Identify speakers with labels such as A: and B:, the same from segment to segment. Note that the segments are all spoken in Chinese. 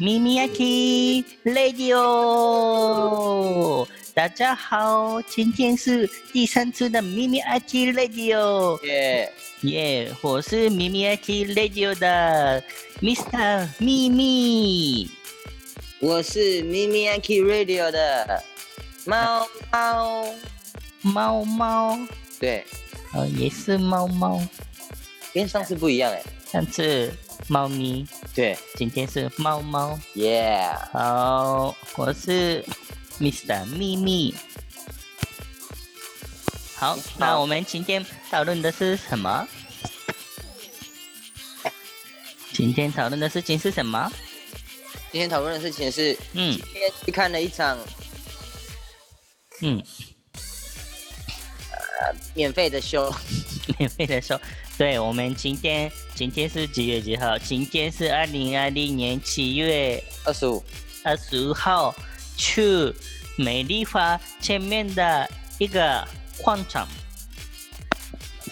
A: 咪呀き Radio，大家好，今天是第三次的咪咪呀き Radio，
B: 耶、
A: 耶我是咪咪呀き Radio 的 Mr. 咪咪。
B: 我是咪咪 a k i Radio 的猫猫，
A: 猫猫，
B: 对，
A: 呃，也是猫猫，
B: 跟上次不一样哎，
A: 上次猫咪，
B: 对，
A: 今天是猫猫。
B: 耶、
A: 好，我是 Mr. 秘密。好，那我们今天讨论的是什么？今天讨论的事情是什么？
B: 今天讨论的事情是，
A: 嗯
B: 今天去看了一场
A: 嗯，
B: 免费的 show，
A: 免费的说，对我们今天今天是几月几号？今天是二零二零年七月
B: 二十五，
A: 二十五号，去美丽华前面的一个广场。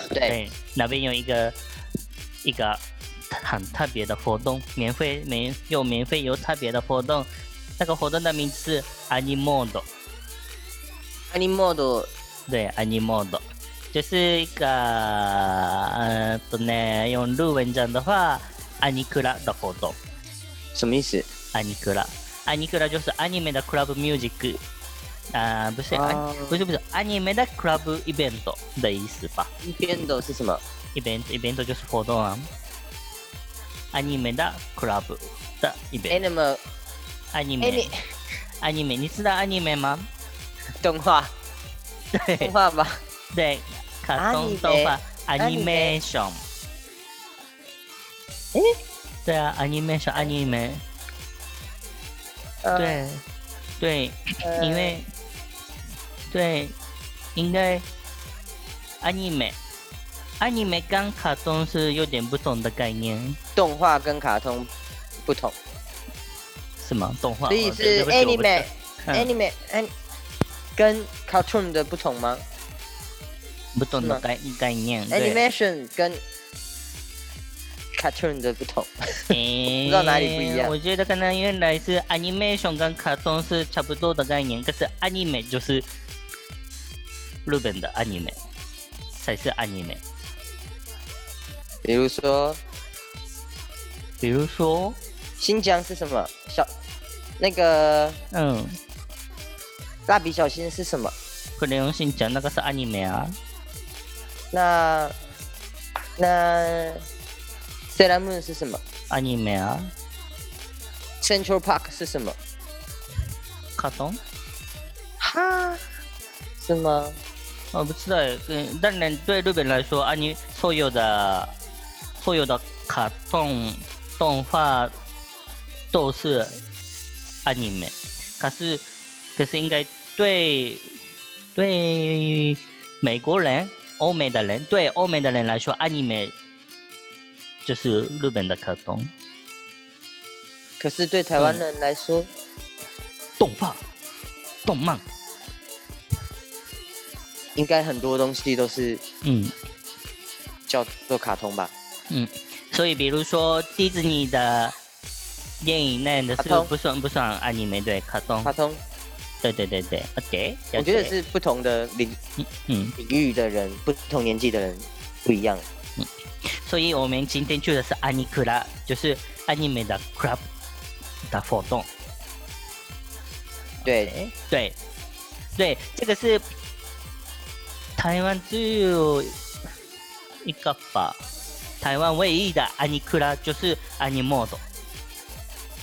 B: 对，
A: 对，那边有一个一个很特别的活动，免费免有免费有特别的活动，那个活动的名字是 Animodo，
B: a n i m o d
A: 对 Animodo，就是一个呃不呢，用日文讲的话，アニクラ的活动，
B: 什么意思？
A: アニクラ，アニクラ就是アニメ的 club music，啊、不是、
B: 哦
A: 不是不是，アニメ的 club event 的意思吧？
B: 一边的是什么？
A: イベント、イベント就是活動案。アニメだ、クラブだ、イベン
B: Animal
A: ト。アニ
B: 哎你
A: メ、アニメ、你知道アニメ吗？
B: 动画，动
A: 对
B: 画吧，
A: 对，卡通动画、ア
B: アニ
A: ニメー
B: メ
A: ション。
B: え
A: 对啊，アニメーション、アニメ。
B: 呃
A: 对，对，
B: 呃
A: 因为对，应该アニメ、アニメ跟卡通是有点不同的概念，
B: 动画跟卡通不同，
A: 是吗？动画
B: 所以
A: 哦对
B: 是
A: 对不起我不知
B: anime
A: 嗯
B: anime an 跟 cartoon 的不同吗
A: 不同的
B: 是吗
A: 概概念。对
B: ？Animation 跟 cartoon 的不同。
A: 不
B: 知道哪里不一样
A: 我觉得可能原来是 animation 跟卡通是差不多的概念，可是 anime 就是日本的 anime 才是 anime。
B: 比如说
A: 比如说，
B: 新疆是什么？小那个
A: 嗯，
B: 蜡笔小新是什么？
A: 可能新疆那个是 anime 啊，
B: 那那 Sailor Moon 是什么
A: anime 啊，
B: ？Central Park 是什么？
A: 卡通。
B: 哈，是吗？
A: 我不知道耶，嗯，当然对日本来说，安妮所有的所有的卡通动画都是 anime，可是可是应该对对美国人、欧美的人，对欧美的人来说，anime 就是日本的卡通
B: 可是对台湾人来说，
A: 动画、动漫，
B: 应该很多东西都是
A: 嗯。
B: 叫做卡通吧？
A: 嗯，所以比如说迪士尼的电影那样的是
B: 卡通
A: 不算不算 anime 对卡通，
B: 卡通，
A: 对对对对，OK，
B: 我觉
A: 了
B: 得
A: 解
B: 是不同的领
A: 嗯，
B: 领域的人，不同年纪的人不一样。
A: 所以我们今天去的是 a n i c l a 就是 anime 的 club 的活动，
B: 对，
A: 对对，这个是台湾只有一个吧，台湾唯一的 a n i c l a 就是 anime 的。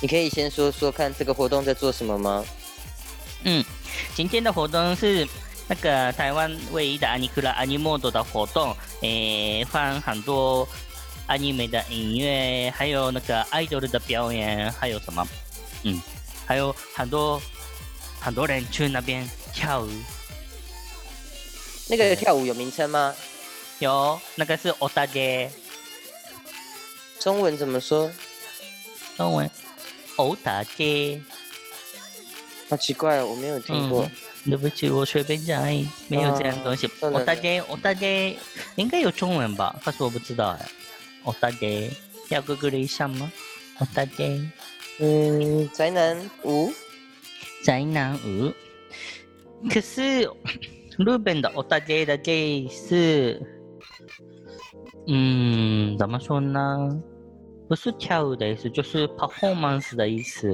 B: 你可以先说说看这个活动在做什么吗？
A: 嗯，今天的活动是那个台湾唯一的阿尼克拉阿尼莫多的活动，诶、放很多阿尼美的音乐，还有那个爱豆的表演，还有什么？嗯，还有很多很多人去那边跳舞，
B: 那
A: 对
B: 个跳舞有名称吗？
A: 有那个是 o t a g
B: 中文怎么说？
A: 中文 o t a g
B: 好奇怪哦，我没有听过
A: 嗯。，对不起，我随便讲而已，没有这样的东西。
B: 嗯
A: 我大概我大概应该有中文吧，可是我不知道哎。我大概要 Google 一下吗？我大概
B: 嗯，宅男五，
A: 宅男五。可是日本的オタ J 的 J 是，嗯，怎么说呢？不是跳舞的意思，就是 performance 的意思。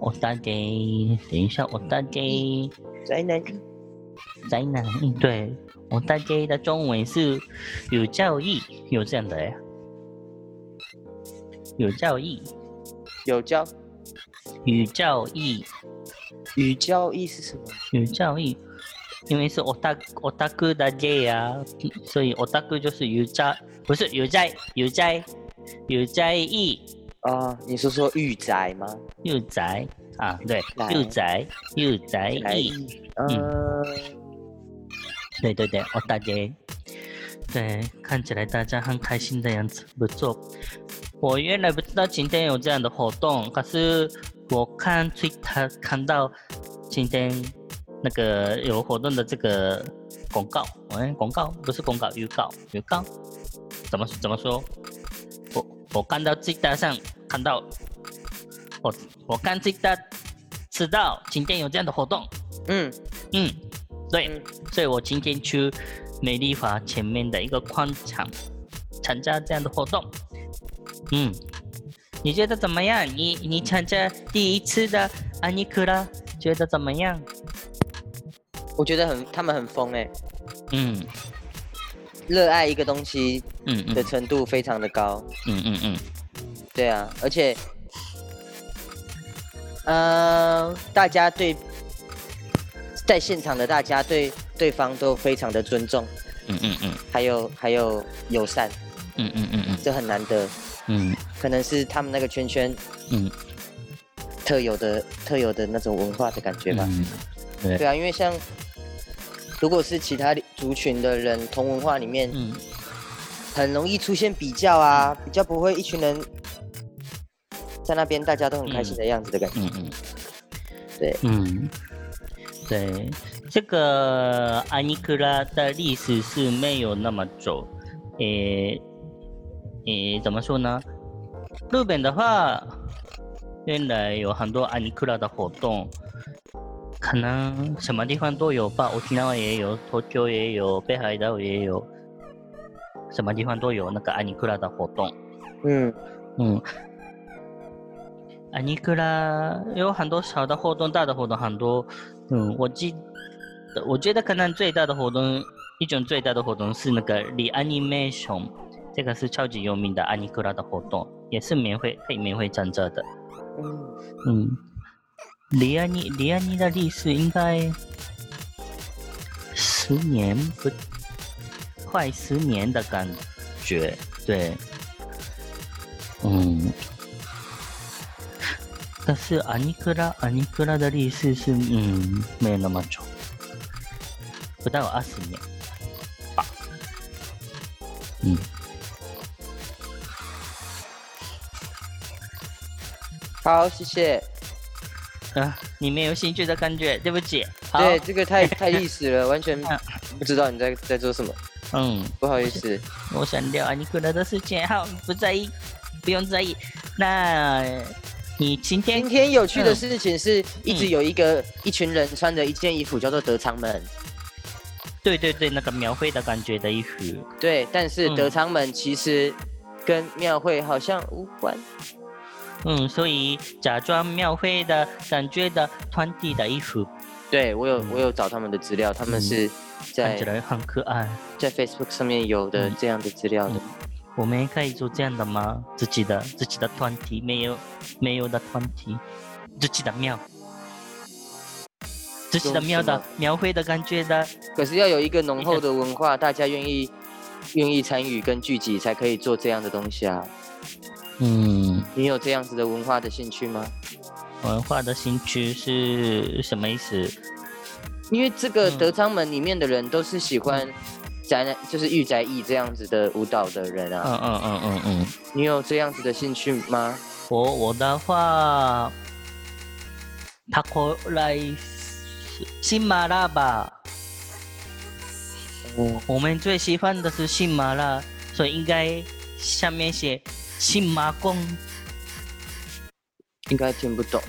A: オタ J，等一下，オタ J
B: 宅男一，
A: 宅男，嗯，对，オタ J 的中文是有教义，有这样的呀，有教义，
B: 有交
A: 有教义。
B: 与交易是什么？
A: 有教育，因为是 otak otak 的 J 啊，所以 otak 就是有教，不是有在有在有在意
B: 哦，你是说御宅吗？
A: 有在啊，对，
B: 来
A: 有在有在
B: 宅
A: 意，
B: 役，嗯，
A: 对对对，otak J，对，看起来大家很开心的样子，不错。我原来不知道今天有这样的活动，可是我看 Twitter 看到今天那个有活动的这个广告，哎、广告不是公告，预告，预告，怎么怎么说？我我看到 Twitter 上看到，我我看 Twitter 知道今天有这样的活动，
B: 嗯，
A: 嗯，对，
B: 嗯
A: 所以我今天去美丽华前面的一个宽场参加这样的活动。嗯，你觉得怎么样？你你参加第一次的安妮克拉，觉得怎么样？
B: 我觉得很，他们很疯哎、
A: 嗯
B: 热爱一个东西
A: 嗯嗯
B: 的程度非常的高，
A: 嗯嗯嗯，
B: 对啊，而且，呃，大家对，在现场的大家对对方都非常的尊重，
A: 嗯嗯嗯
B: 还有还有友善，
A: 嗯嗯嗯嗯
B: 这很难得，
A: 嗯
B: 可能是他们那个圈圈
A: 嗯
B: 特有的特有的那种文化的感觉吧。
A: 嗯，
B: 对
A: 对，
B: 啊，因为像如果是其他族群的人，同文化里面
A: 嗯
B: 很容易出现比较啊，比较不会一群人在那边大家都很开心的样子的感觉。
A: 嗯嗯，
B: 对，
A: 嗯，对，这个安尼克拉的历史是没有那么久，诶，诶，怎么说呢？日本的话，原来有很多安尼克拉的活动，可能什么地方都有吧，沖縄也有，東京也有，北海道也有，什么地方都有那个安尼克拉的活动。
B: 嗯
A: 嗯，安啊尼克拉有很多小的活动，大的活动很多。嗯，我记得，我觉得可能最大的活动，一种最大的活动是那个 reanimation，这个是超级有名的安尼克拉的活动，也是免费可以免费参加的。
B: 嗯，
A: 嗯，李安妮，李安妮的历史应该十年不，快十年的感觉，对，嗯。但是安妮克拉，安妮克拉的历史是嗯没有那么久，不到二十年吧，嗯。
B: 好，谢谢。
A: 啊，你没有兴趣的感觉，对不起。好
B: 对，，这个太太历史 了，完全
A: 嗯
B: 不知道你在在做什么，
A: 嗯，
B: 不好意思。
A: 我想聊安妮克拉的事情，好，不在意，不用在意。那你今天
B: 今天有趣的
A: 嗯
B: 事情是，一直
A: 嗯
B: 有一个一群人穿着一件衣服叫做德昌门，
A: 对对对那个描绘的感觉的衣服，
B: 对，但是
A: 嗯
B: 德昌门其实跟庙会好像无关。
A: 嗯，所以假装描绘的感觉的嗯团体的衣服，
B: 对我有
A: 嗯
B: 我有找他们的资料，他们
A: 嗯
B: 是
A: 看
B: 在
A: 起来很可爱。
B: 在 Facebook 上面有的
A: 嗯
B: 这样的资料的
A: 嗯。我们也可以做这样的吗？自己的自己的团体没有没有的团体，自己的庙，自己的庙
B: 用
A: 的
B: 什
A: 描绘的感觉的，
B: 可是要有一个浓厚的文化，大家愿意愿意参与跟聚集，才可以做这样的东西啊。
A: 嗯。
B: 你有这样子的文化的兴趣吗？
A: 文化的新区是什么意思？
B: 因为这个
A: 嗯
B: 德昌门里面的人都是喜欢宅男，就是御宅艺这样子的舞蹈的人啊。
A: 嗯嗯嗯嗯嗯，
B: 你有这样子的兴趣吗？
A: 我我的话，他过来新马拉吧，
B: 嗯，
A: 我们最喜欢的是新马拉，所以应该下面写新马公，
B: 应该听不懂。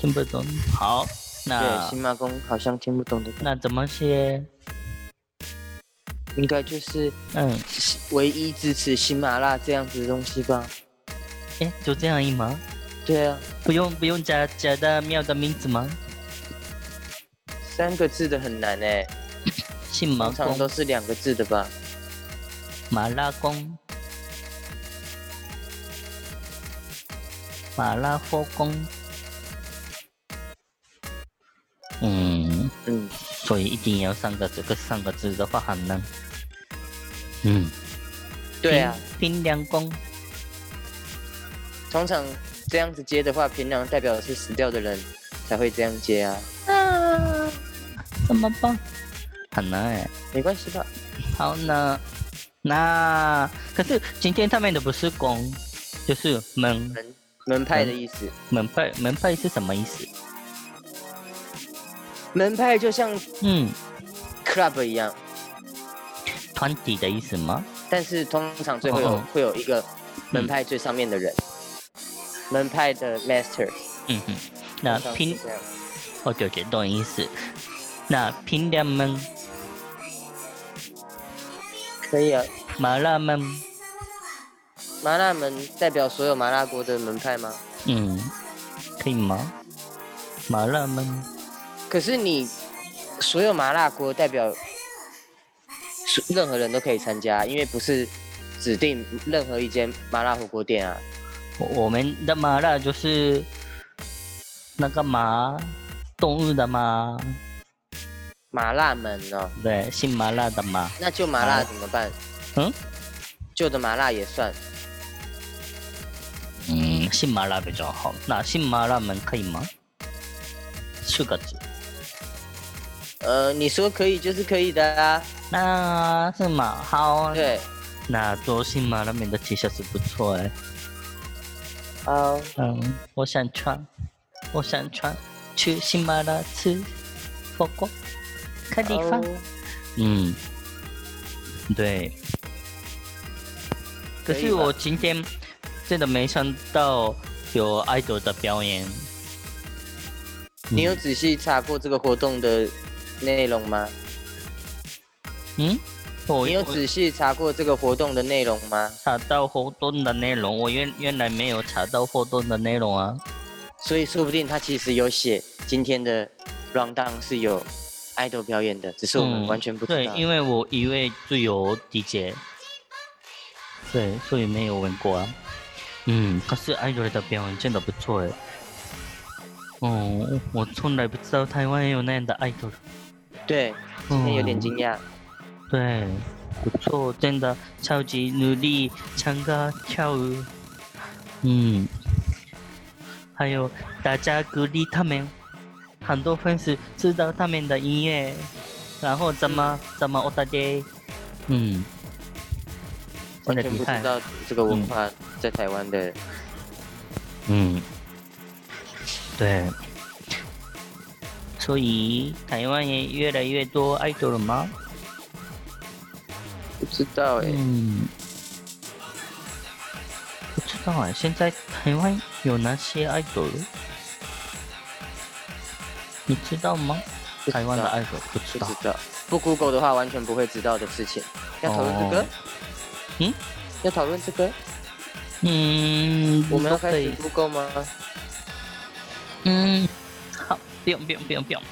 A: 听不懂。好，
B: 对，
A: 那
B: 新妈公好像听不懂的，
A: 那怎么写？
B: 应该就是
A: 嗯，
B: 唯一支持新麻辣这样子的东西吧？
A: 哎，就这样一吗？
B: 对啊，
A: 不用不用加加的庙的名字吗？
B: 三个字的很难哎、
A: 姓麻
B: 通常
A: 公
B: 都是两个字的吧？
A: 麻辣公，麻辣火宫。嗯，
B: 嗯，
A: 所以一定要三个字，可是三个字的话很难。嗯，
B: 对啊，
A: 平，平凉宫。
B: 通常这样子接的话，平凉代表是死掉的人才会这样接啊，
A: 啊，怎么办？很难哎。
B: 没关系吧？
A: 好呢，那可是今天他们的不是宫，就是门
B: 门门派
A: 嗯
B: 的意思，
A: 门派门派是什么意思？
B: 门派就像
A: 嗯，
B: club 一样，
A: 团体的意思吗？
B: 但是通常最后有、
A: 哦
B: 会有一个门派最上面的人，门派的 master。
A: 嗯哼，那
B: 通常是
A: 平
B: 这样
A: 我就解懂意思。那平凉门、
B: 可以啊，
A: 麻辣门，
B: 麻辣门代表所有麻辣锅的门派吗？
A: 嗯，可以吗？麻辣门，
B: 可是你所有麻辣锅代表是任何人都可以参加，因为不是指定任何一间麻辣火锅店啊。
A: 我我们的麻辣就是那个麻，动物的麻，
B: 麻辣门哦，
A: 对，姓麻辣的麻。
B: 那就麻辣怎么办？
A: 啊嗯，
B: 旧的麻辣也算，
A: 嗯，姓麻辣比较好。那姓麻辣门可以吗？四个字。
B: 呃，你说可以就是可以的啊。
A: 那是吗？好，
B: 对，
A: 那做姓麻辣面的 T 恤是不错哎。
B: 好，
A: 嗯，我想穿，我想穿，去喜马拉雅吃火锅，看地方。
B: 哦
A: 嗯，对。可
B: 可以
A: 是
B: 吧
A: 我今天真的没想到有爱豆的表演。嗯
B: 你有仔细查过这个活动的内容吗？
A: 嗯，我
B: 你有
A: 我
B: 仔细查过这个活动的内容吗？
A: 查到活动的内容，我原原来没有查到活动的内容啊。
B: 所以说不定他其实有写今天的 round down 是有爱豆表演的，只是我
A: 嗯
B: 们完全不知
A: 对
B: 道。，
A: 因为我以为只有 DJ，对，所以没有问过啊。嗯，可是艾瑞的表演真的不错哎。哦，我从来不知道台湾也有那样的爱豆。哦
B: 对今天有
A: 嗯
B: 点惊讶。
A: 对，不错，真的超级努力唱歌跳舞，嗯，还有大家鼓励他们，很多粉丝知道他们的音乐，然后怎么怎么我大家，嗯，真
B: 完
A: 的嗯
B: 全
A: 厉
B: 不
A: 害
B: 知，道这个文化在台湾的，
A: 嗯，对，所以台湾也越来越多爱豆了吗？
B: 不知道哎、
A: 嗯，不知道哎，现在台湾有哪些爱豆？你知道吗？
B: 不知道
A: 台湾的爱豆不知
B: 不
A: 道
B: 知。道。不 Google 的话，完全不会知道的事情。要讨论这个
A: 哦？嗯？
B: 要讨论这个？
A: 嗯，
B: 我们要
A: 都
B: 开
A: 可以
B: 始 Google 吗？
A: 嗯，好，不用不用不用不 用，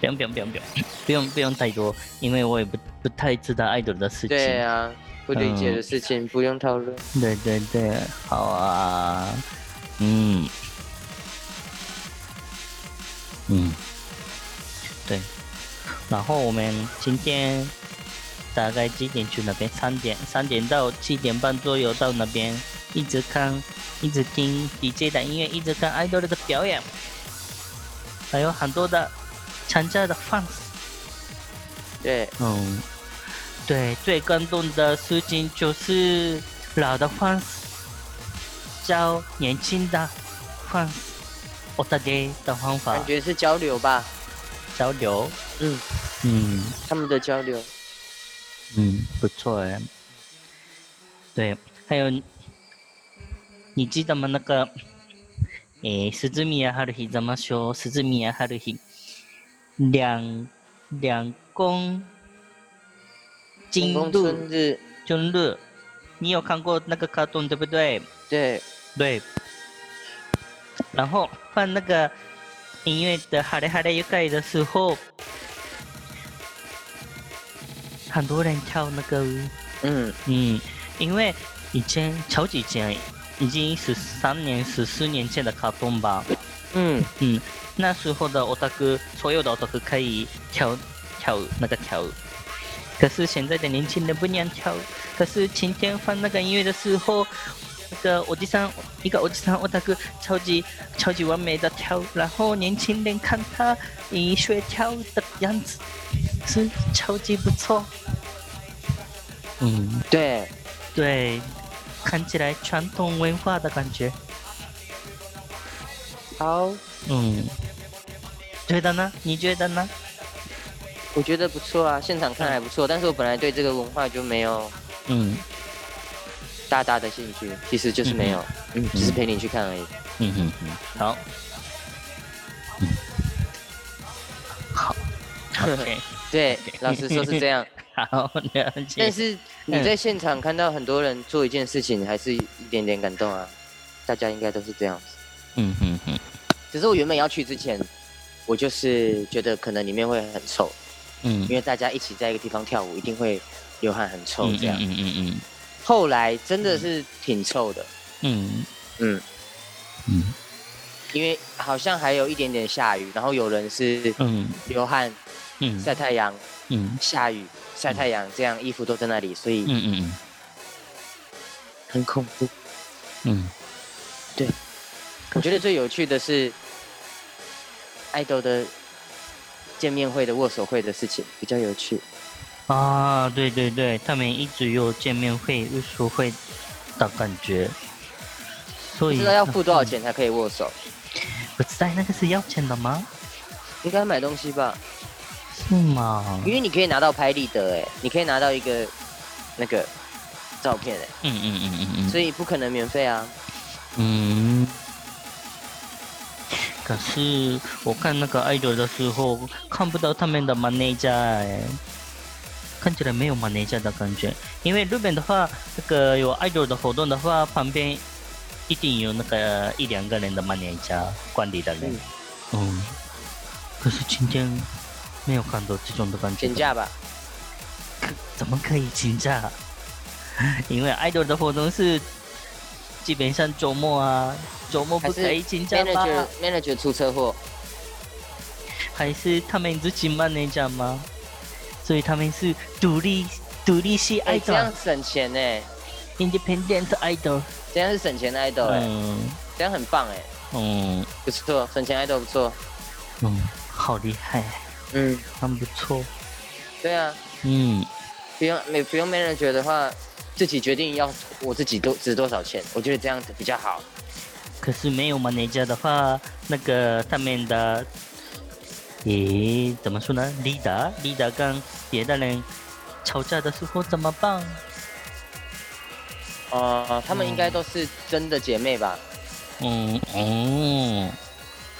A: 不用不用不用不用不用不用太多，因为我也不不太知道爱豆的事情。
B: 对啊，不理解
A: 嗯
B: 的事情不用讨论。
A: 对对对，好啊，嗯，嗯，对。然后我们今天大概几点去那边？三点，三点到七点半左右到那边，一直看，一直听 DJ 的音乐，一直看 idol 的表演，还有很多的参加的 fans。
B: 对，
A: 嗯，对，最感动的事情就是老的 fans 教年轻的 fans 我大概的方法
B: 感觉是交流吧。
A: 交流。
B: 啊嗯，
A: 嗯
B: 他们的交流。
A: 嗯，不错哎。对，还有你记得吗？那个诶，鈴宮春日座間賞、鈴宮春日、啊两两宫金
B: 宫
A: 鹿
B: 春日，
A: 君鹿，你有看过那个卡通对不对？
B: 对，
A: 对。然后放那个音乐的《哈雷哈雷愉快》的时候，很多人跳那个舞。
B: 嗯，
A: 嗯，因为以前超级前已经十三年、十四年前的卡通吧。
B: 嗯，
A: 嗯，那时候的オタク，所有的オタク可以跳跳那个跳舞，可是现在的年轻人不能跳舞。可是今天放那个音乐的时候，那个おじさん，一个おじさんオタク超级超级完美的跳舞，然后年轻人看他也学跳舞的样子，是超级不错。嗯，
B: 对，
A: 对，看起来传统文化的感觉。
B: 好，
A: 嗯，觉得呢？你觉得呢？
B: 我觉得不错啊，现场看还不错，但是我本来对这个文化就没有
A: 嗯
B: 大大的兴趣，其实就是没有，嗯，只是陪你去看而已。
A: 嗯嗯嗯，好，嗯，好，OK，
B: 对，老实说是这 样，
A: 好，了解
B: 但。是你在现场看到很多人做一件事情，还是一点点感动啊。大家应该都是这样子。
A: 嗯嗯嗯
B: 只是我原本要去之前，我就是觉得可能里面会很臭，因
A: 嗯，
B: 为大家一起在一个地方跳舞，一定会流汗很臭这样。
A: 嗯嗯嗯
B: 后来真的是挺臭的，
A: 嗯
B: 嗯，
A: 嗯
B: 因为好像还有一点点下雨，然后有人是
A: 嗯
B: 流汗、
A: 嗯
B: 晒太阳、
A: 嗯
B: 下雨、晒太阳，这样衣服都在那里，所以
A: 嗯嗯
B: 很恐怖。
A: 嗯，
B: 我觉得最有趣的是爱豆的见面会的握手会的事情比较有
A: 嗯
B: 趣。
A: 啊，对对对，他们一直有见面会、握手会的感觉，所
B: 不
A: 以
B: 知道要付多少钱才可以握手？
A: 我知道那个是要钱的吗？
B: 应该买东西吧，
A: 是吗？
B: 因为你可以拿到拍立得，哎，你可以拿到一个那个照片，哎，
A: 嗯嗯嗯嗯嗯。
B: 所以不可能免费啊。
A: 嗯，可是我看那个 idol 的时候，看不到他们的 manager，哎看起来没有 manager 的感觉。因为日本的话，那个有 idol 的活动的话，旁边一定有那个一两个人的 manager 管理的人。嗯，可是今天没有看到这种的感觉
B: 请。假吧，
A: 怎么可以请假？ 因为 idol 的活动是基本上周末啊，周末不可以请假吗？
B: manager manager 出车祸，
A: 还是他们自己 manager 吗？所以他们是独立独立系
B: 哎、这
A: idol，、
B: 样省钱呢，
A: independent idol。
B: 这样是省钱的 idol 哎、
A: 嗯
B: 这样很棒哎，
A: 嗯
B: 不错，省钱 idol 不错，
A: 嗯，好厉害，
B: 嗯，
A: 很不错。
B: 对啊，
A: 嗯
B: 不用没不用 manager 的话，自己决定要我自己多值多少钱，我觉得这样子比较好。
A: 可是没有 manager 的话，那个他们的，咦，怎么说呢？leader leader 跟别的人吵架的时候怎么办？
B: 呃，他们应该都是真的姐妹吧？
A: 嗯哦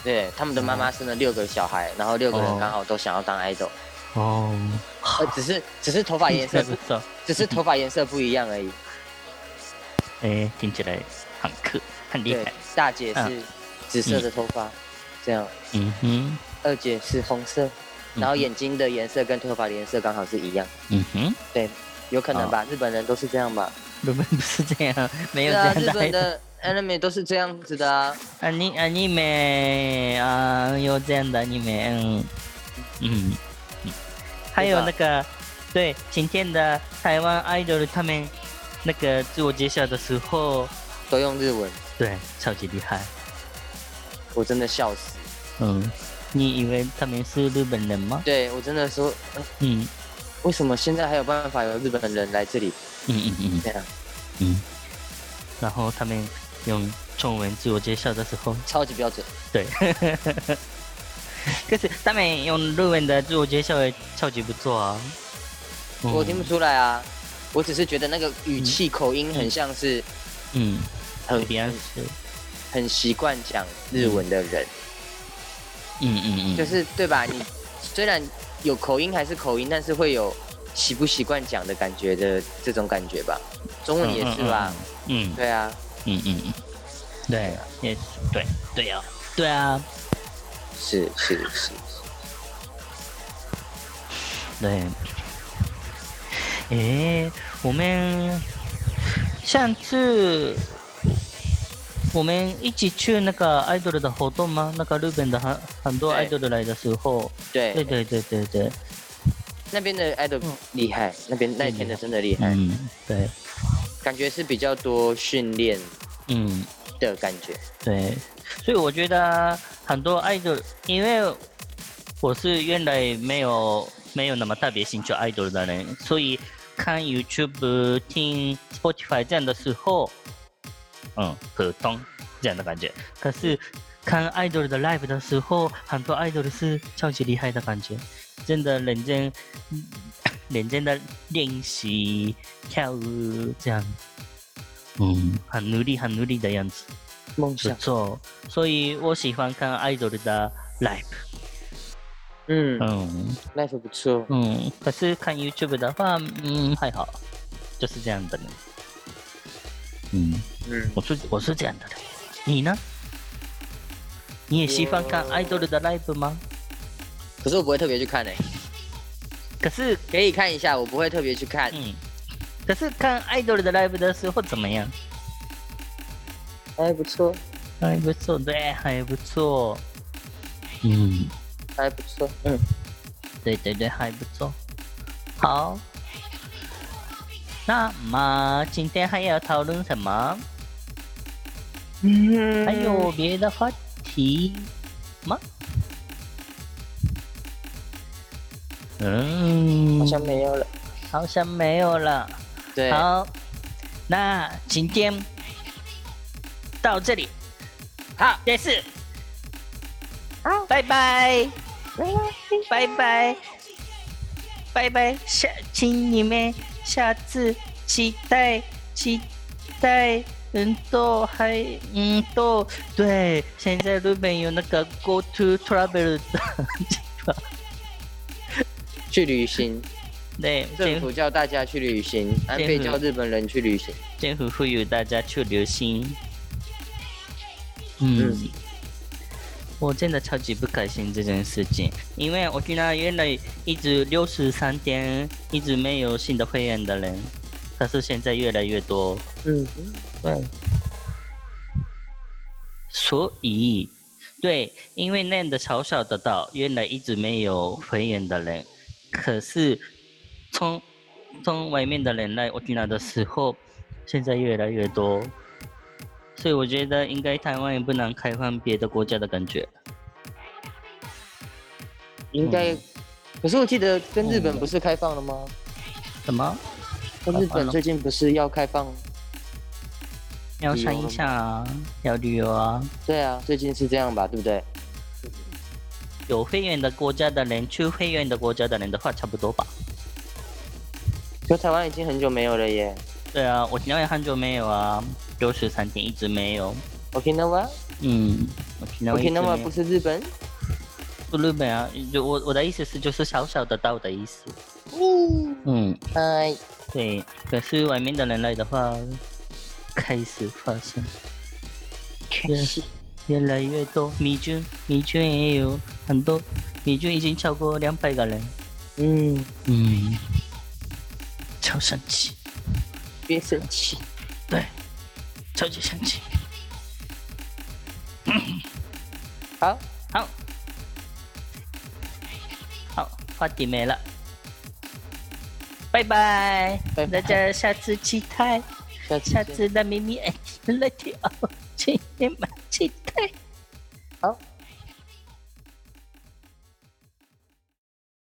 B: 对，他们的妈妈生了六个小孩，然后六个
A: 哦
B: 人刚好都想要当 idol，、
A: 哦，啊
B: 呃，只是只是头发颜 色
A: 听起来
B: 不
A: 不，错，
B: 只是头发颜色不一样而已。
A: 哎，听起来很酷，很厉
B: 对
A: 害。，
B: 大姐是
A: 嗯
B: 紫色的头发，这样，
A: 嗯哼，
B: 二姐是红色，然后眼睛的颜色跟头发的颜色刚好是一样，
A: 嗯哼，
B: 对，有可能吧？日本人都是这样吧？
A: 日本 不是这样，哦没有
B: 对
A: 这
B: 啊，
A: 样
B: 日本
A: 的。
B: 的 anime 都是这样子的啊。
A: 啊，你啊，你们啊，有这样的你们，嗯嗯，嗯还有那个，对，今天的台湾 idol 他们那个自我介绍的时候，
B: 都用日文，
A: 对，超级厉害。
B: 我真的笑死。
A: 嗯，你以为他们是日本人吗？
B: 对我真的说，呃
A: 嗯
B: 为什么现在还有办法有日本人来这里
A: 嗯嗯嗯。
B: 这样？
A: 嗯，然后他们用中文自我介绍的时 候，
B: 超级标准。
A: 对，可是他们用日文的自我介绍也超级不错啊。嗯
B: 我听不出来啊，我只是觉得那个语气口音很像是
A: 嗯，
B: 很
A: 比安是，
B: 很习惯讲日文的人，
A: 嗯嗯嗯，
B: 就是对吧？你虽然有口音还是口音，但是会有习不习惯讲的感觉的这种感觉吧。中文也是吧？
A: 嗯，
B: 对啊，
A: 嗯嗯嗯嗯，对，也是对对呀、对啊，
B: 是是是，
A: 对。诶，我们上次我们一起去那个 idol 的活动吗？那个日本的很很多 idol
B: 对
A: 来的时候，对
B: 对，
A: 对对对对，
B: 那边的 idol
A: 嗯
B: 厉害，那边那天的真的厉害，
A: 嗯，对，
B: 感觉是比较多训练
A: 嗯。
B: 的感觉。
A: 对，所以我觉得很多爱豆，因为我是原来没有没有那么特别兴趣爱豆的人，所以看 YouTube、听 Spotify 这样的时候，嗯，普通这样的感觉。可是看爱豆的 live 的时候，很多爱豆是超级厉害的感觉，真的认真认真的练习跳舞这样，嗯，很努力很努力的样子。
B: 梦
A: 不，错，所以我喜欢看 idol 的 live。
B: 嗯
A: 嗯
B: ，life 不错。
A: 嗯，可是看 YouTube 的话，嗯，还好，就是这样的人。嗯，
B: 嗯，
A: 我是我是这样的人，你呢？你也喜欢看 idol 的 live 吗？
B: 可是我不会特别去看诶、欸
A: 可是，
B: 可以看一下，我不会特别去看。
A: 嗯，可是看 idol 的 live 的时候怎么样？
B: 还不错，
A: 还不错，对，还不错。嗯，
B: 还不错。嗯，
A: 对对对，还不错。好，那么今天还要讨论什么？
B: 嗯
A: 还有别的话题吗？嗯，
B: 好像没有了。
A: 好像没有了。
B: 对，
A: 好，那今天到这里，
B: 好，
A: 也是，
B: 好
A: 拜拜。拜拜，拜拜，下，请你们下次期待期待。嗯，都还嗯，都对。现在日本有那个 Go to Travel 的计划，
B: 去旅行，
A: 对，
B: 政
A: 政
B: 府
A: 府
B: 叫大家去旅行，安倍叫日本人去旅行。
A: 政府呼吁大家去旅行。嗯，
B: 嗯
A: 我真的超级不开心这件事情，因为沖縄原来一直六十三天一直没有新的会员的人，可是现在越来越多。
B: 嗯，
A: 对，所以对，因为那样的小小的岛原来一直没有回援的人，可是从从外面的人来我听到的时候，现在越来越多，所以我觉得应该台湾也不能开放别的国家的感觉。
B: 应该。
A: 嗯
B: 可是我记得跟日本不是开放了吗？
A: 什么？
B: 跟日本最近不是要开放？
A: 要看一下啊，要旅游啊，
B: 对啊，最近是这样吧，对不对？
A: 有会员的国家的人去会员的国家的人的话，差不多吧。
B: 可台湾已经很久没有了耶。
A: 对啊，我今天很久没有啊，六十三天一直没有。
B: Okinawa，Okinawa
A: 嗯，我平常一直没
B: 不是日本？
A: 不日本啊，就我我的意思是就是小小的岛的意思。
B: 嗯，
A: 嗯，
B: 哎，
A: 对。可是外面的人来的话，开始发生
B: 开始
A: 越来越多，米军米军也有很多，米军已经超过两百个人。
B: 嗯，
A: 嗯，超神奇，
B: 别生气。
A: 对，超级神奇。
B: 好，
A: 好，好，话题没了，拜拜，
B: 拜拜
A: 大家下次期待，
B: 下次
A: 下
B: 见
A: 次的秘密爱情乐天哦，今天蛮期待。
B: 好，